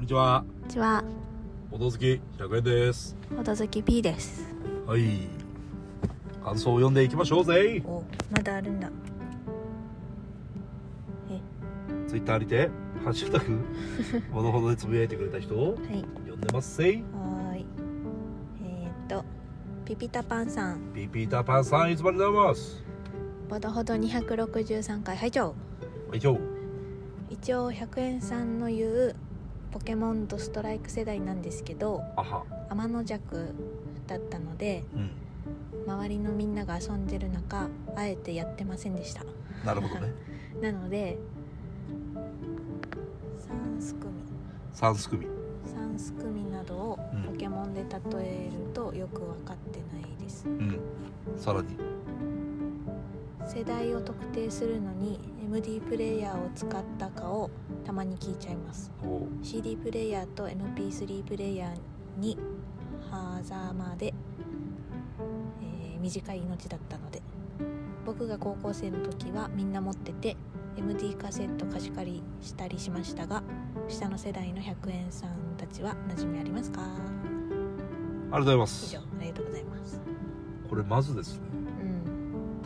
にちは。こんにちは、おとずき100円です。ほどずき P です。はい。感想を読んでいきましょうぜ。お、まだあるんだ。ツイッターにて、ハッシュタ グ、ほどほどでつぶやいてくれた人をはい、読んでますぜ。はーい。えー、っと、ピピタパンさん、ピーピーターパンさん、いつまでございます。ほどほど263回拝聴。以上。一応100円さんの言うポケモンとストライク世代なんですけど、あは。天の弱だったので、うん。周りのみんなが遊んでる中、あえてやってませんでした。なるほ どね。なので、三すくみ。三すくみ。三すくみなどをうんポケモンで例えるとよく分かってないです、うん。さらに。世代を特定するのに MD プレイヤーを使ったかをたまに聞いちゃいますお CD プレイヤーと MP3 プレイヤーに狭間で、えー短い命だったので僕が高校生の時はみんな持ってて MD カセット貸し借りしたりしましたが下の世代の100円さんたちは馴染みありますかありがとうございま以す上。ありがとうございますこれまずですね、うん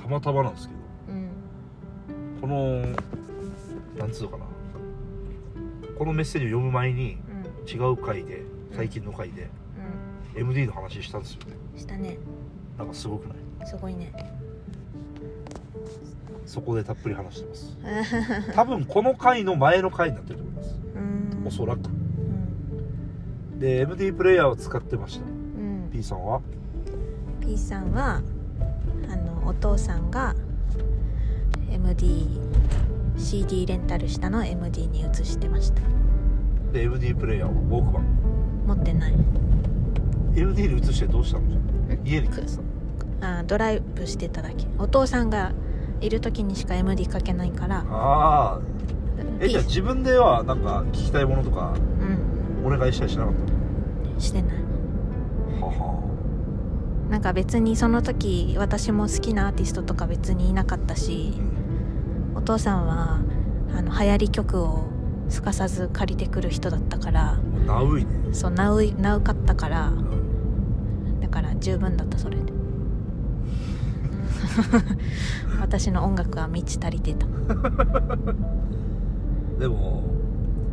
たまたまなんですけど、うんこの、なんつうのかな。このメッセージを読む前に、うん違う回で、最近の回で、MD の話したんですよねうんしたねなんかすごくないすごいねそこでたっぷり話して ますう多分この回の前の回になってると思いますんおそらくうんで MD プレイヤーを使ってましたうん、 P さんは P さんはあのお父さんが MDCD レンタルしたのを MD に移してましたで MD プレイヤーをウォークマン持ってない MD に移してどうしたのじゃあ家に帰ってたのあドライブしてただけお父さんがいる時にしか MD かけないからああえ P じゃあ自分ではなんか聞きたいものとかうんお願いしたりしなかっしてないたははなんか別にその時私も好きなアーティストとか別にいなかったしうんお父さんはあの流行り曲をすかさず借りてくる人だったからナウイねそうナウイナウかったからうんだから十分だったそれで 私の音楽は満ち足りてたでも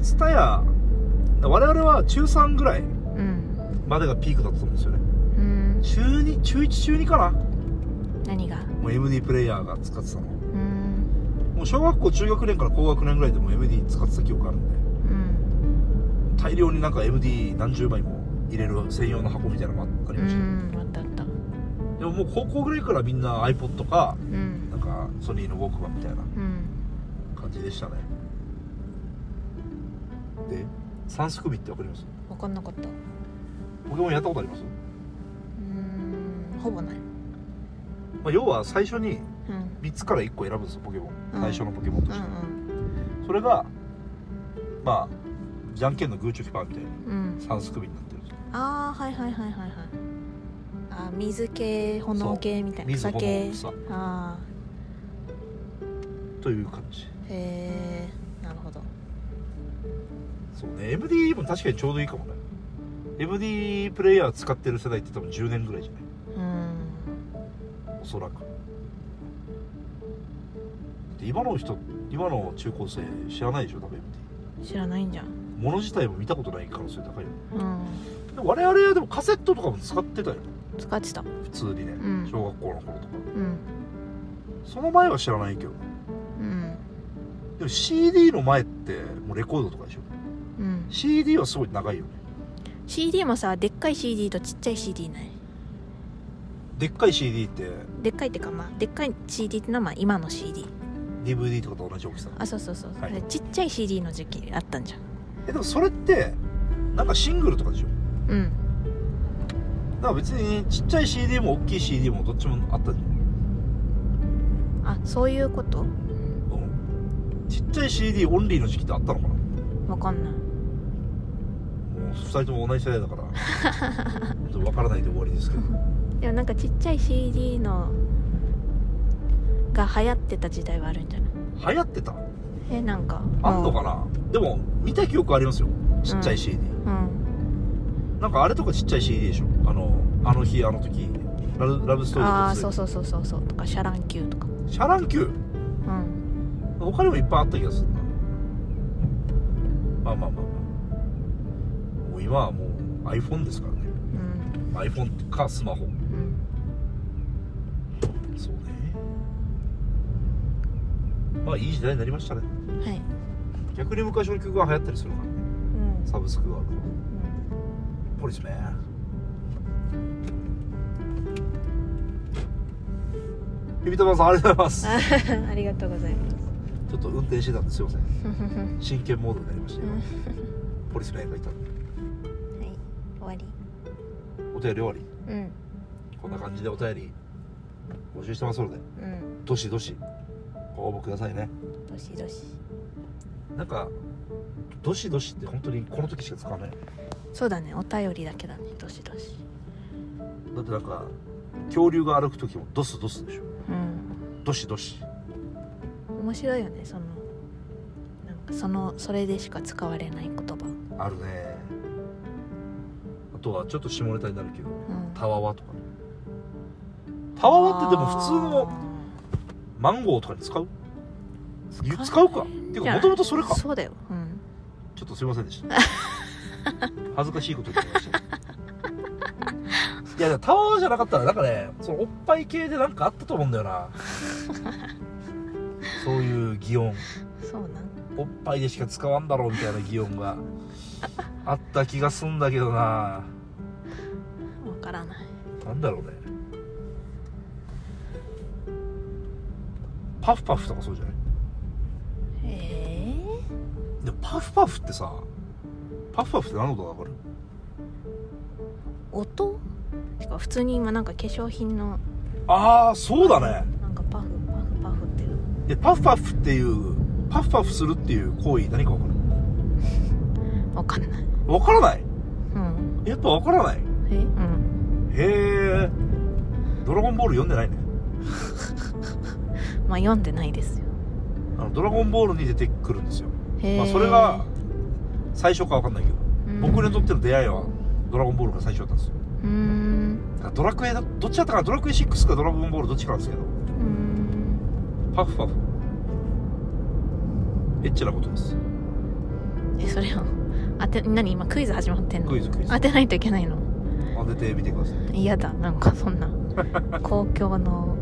ツタヤ我々は中3ぐらいうんまでがピークだったと思うんですよねうん中2中1中2かな何がもう MD プレイヤーが使ってたのうんもう小学校中学年から高学年ぐらいでもう MD 使ってた記憶あるんでうん大量になんか MD 何十枚も入れる専用の箱みたいなのがありうました、んあったあったでももう高校ぐらいからみんな iPod かうんなんかソニーのウォークマンみたいなうん感じでしたねで三すくみってわかります分かんなかったうポケモンやったことあります、んほぼないまあ、要は最初にうん3つから1個選ぶんですよポケモンうん最初のポケモンとうして、んそれがまあじゃんけんのグーチョキパーみたいなうんうん三すくみになってるんですよああはいはいはいはいはいあー水系炎系みたいな水草炎系草ああという感じへえなるほどそうね MD も確かにちょうどいいかもね MD プレイヤー使ってる世代って多分10年ぐらいじゃなうんいおそらくで今の人今の中高生知らないでしょ多分 MD 知らないんじゃん物自体も見たことない可能性高いようんでも我々はでもカセットとかも使ってたよ使ってた普通にね、うん小学校の頃とかうんその前は知らないけどうんでも CD の前ってもうレコードとかでしょうん、 CD はすごい長いよね CD もさでっかい CD とちっちゃい CD ないでっかい CD ってでっかいってかまあでっかい CD ってのはまあ今の CD DVD とかと同じ大きさあそうそうそう、はいちっちゃい CD の時期あったんじゃんえでもそれってなんかシングルとかでしょうんだから別にちっちゃい CD も大きい CD もどっちもあったじゃん、あそういうことうん、ちっちゃい CD オンリーの時期ってあったのかなもわかんないう2人とも同じ世代だから ちょっとわからないで終わりですけ どでもなんかちっちゃい CD のが流行ってた時代はあるんじゃない流行ってたえなんかあんのかななでも見た記憶ありますよちっちゃい CD、うんなんかあれとかちっちゃい CD でしょあのあの日あの時ラブラブストーリーとああそううそうそうそうそうとかシャラン Q とかシャラン Q うん他にもいっぱいあった気がするなまあまあまあまあもう今はもう iPhone ですからねうん、 iPhone かスマホうん、そうねまあいい時代になりましたねはい、逆に昔の曲が流行ったりするからねうんサブスクがあるからうんポリスメンゆびたまさんありがとうございますあ ありがとうございますちょっと運転してたんですいませんふふふは真剣モードになりました今うんポリスメンがいたんでい終わりお便り終わりうんこんな感じでお便り募集してますのでうんどしどしご応募くださいねどしどしなんかどしどしって本当にこの時しか使わないそうだねお便りだけだねどしどしだってなんか恐竜が歩く時もドスドスでしょうんどしどし面白いよねそのなんかそのそれでしか使われない言葉あるねあとはちょっと下ネタになるけどうんタワワとかねタワワってでも普通のマンゴーとかに使うあー使うかっていうかもともとそれかちょそうだようんっとすいませんでした 恥ずかしいこと言ってましたいやでもタワワじゃなかったらなんかねそのおっぱい系でなんかあったと思うんだよなそういう擬音そうなんおっぱいでしか使わんだろうみたいな擬音があった気がすんだけどなわからないなんだろうねパフパフとかそうじゃないえでもパフパフってさパフパフって何のことか分かるー、音てか普通に今なんか化粧品のああそうだねなんかパフパフパフっていうでパフパフっていうパフパフするっていう行為何か分かるわかんない分からないうんやっぱ分からないえうんへえドラゴンボール読んでないねまあ読んでないですよあのドラゴンボールに出てくるんですよ、へえ、まあ、それが最初か分かんないけどうん僕にとっての出会いはドラゴンボールが最初だったんですようーんだからドラクエだどっちだったかなドラクエ6かドラゴンボールどっちかなんですけどうーんパフパフエッチなことですえそれを当て何今クイズ始まってんのクイズクイズ当てないといけないの当ててみてください嫌だなんかそ んな公共の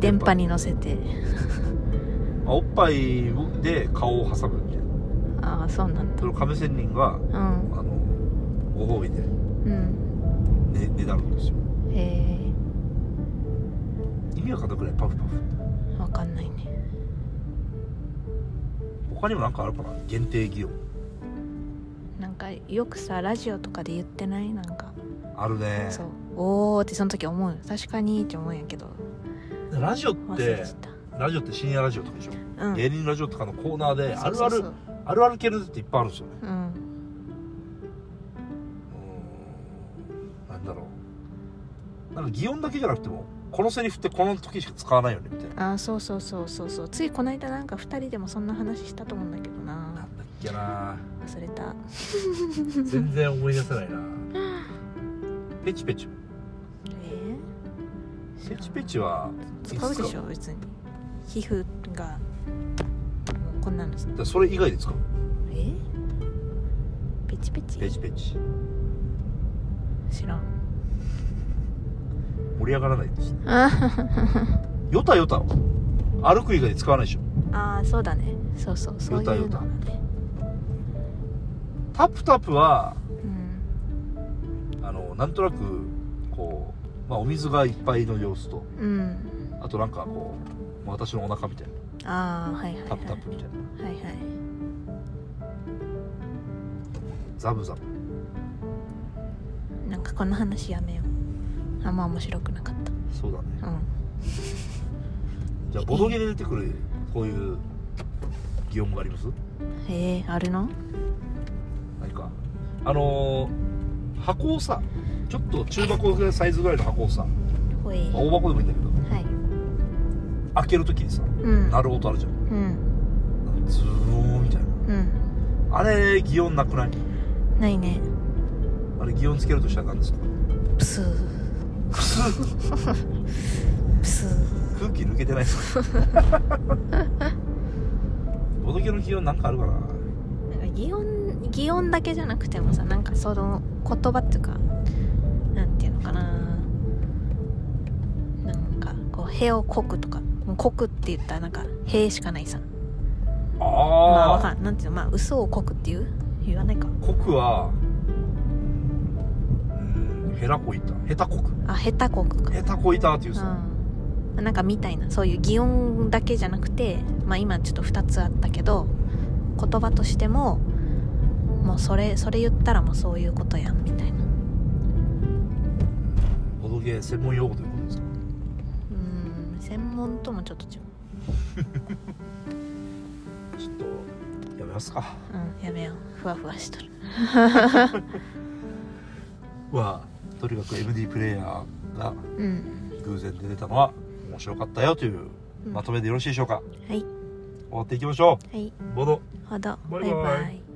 電波に乗せてあおっぱいで顔を挟むみたいなああそうなんだその亀仙人がうんあのご褒美でうんねねだるんですよへ意味わかんなくないパフパフえわかんないね他にもなんかあるかな限定擬音なんかよくさラジオとかで言ってないなんかあるねそうおおってその時思う確かにって思うんやけどラジオっ忘てれちゃったラジオって深夜ラジオとかでしょ、うん芸人ラジオとかのコーナーであるそあうるそうそうあるある系のやつっていっぱいあるんですよねうんうーんなんだろうなんか擬音だけじゃなくてもこのセリフってこの時しか使わないよねみたいなあーそうそうそうそうそうついこの間なんか2人でもそんな話したと思うんだけどななんだっけな忘れた全然思い出せないな ペチペチえーペチペチは使うでしょ別に皮膚がもうこんなのさだからそれ以外で使うえペチペチペチペチ知ら ん盛り上がらないですあヨタヨタは歩く以外で使わないでしょあーそうだねそうそうそういうのだねタプタプはうんあのなんとなくこう、まあ、お水がいっぱいの様子とうんあとなんかこう私のお腹みたいなああはいはいはタいプタプみたいなはいはいザブザブなんかこの話やめようあんま面白くなかっそうだねたうんじゃあボドゲで出てくるこういう擬音がありますえー、あるの何かあのー箱をさちょっと中箱ぐらいサイズぐらいの箱をさ、ほいまあは大箱でもいいんだけどい開ける時にさうん鳴る音あるじゃうんんズーンみたいなうんあれ擬音なくないないねあれ擬音つけるとしたら何ですかプスーくす プスー空気抜けてないですかボドゲの擬音なんかあるかななんか擬音擬音だけじゃなくてもさなんかその言葉っていうかなんていうのかななんかこう「へ」を「こく」とか「もうこく」って言ったらなんか「へ」しかないさまあわあからんなんていうのまあ嘘をこくっていう言わないかあコクはうんヘラこいたヘタコクあ下手こくかヘタこいたっていうさ、うんなんかみたいなそういう擬音だけじゃなくてまあ今ちょっと2つあったけど言葉としてももうそれそれ言ったらもうそういうことやんみたいなボドゲ専門用語ということですかうん専門ともちょっと違うちょっとやめますかうんやめようふわふわしとるはとにかく MD プレイヤーがうん偶然で出たのは面白かったよといううんまとめでよろしいでしょうか、はい終わっていきましょはいうボドほどバイバイバイバイ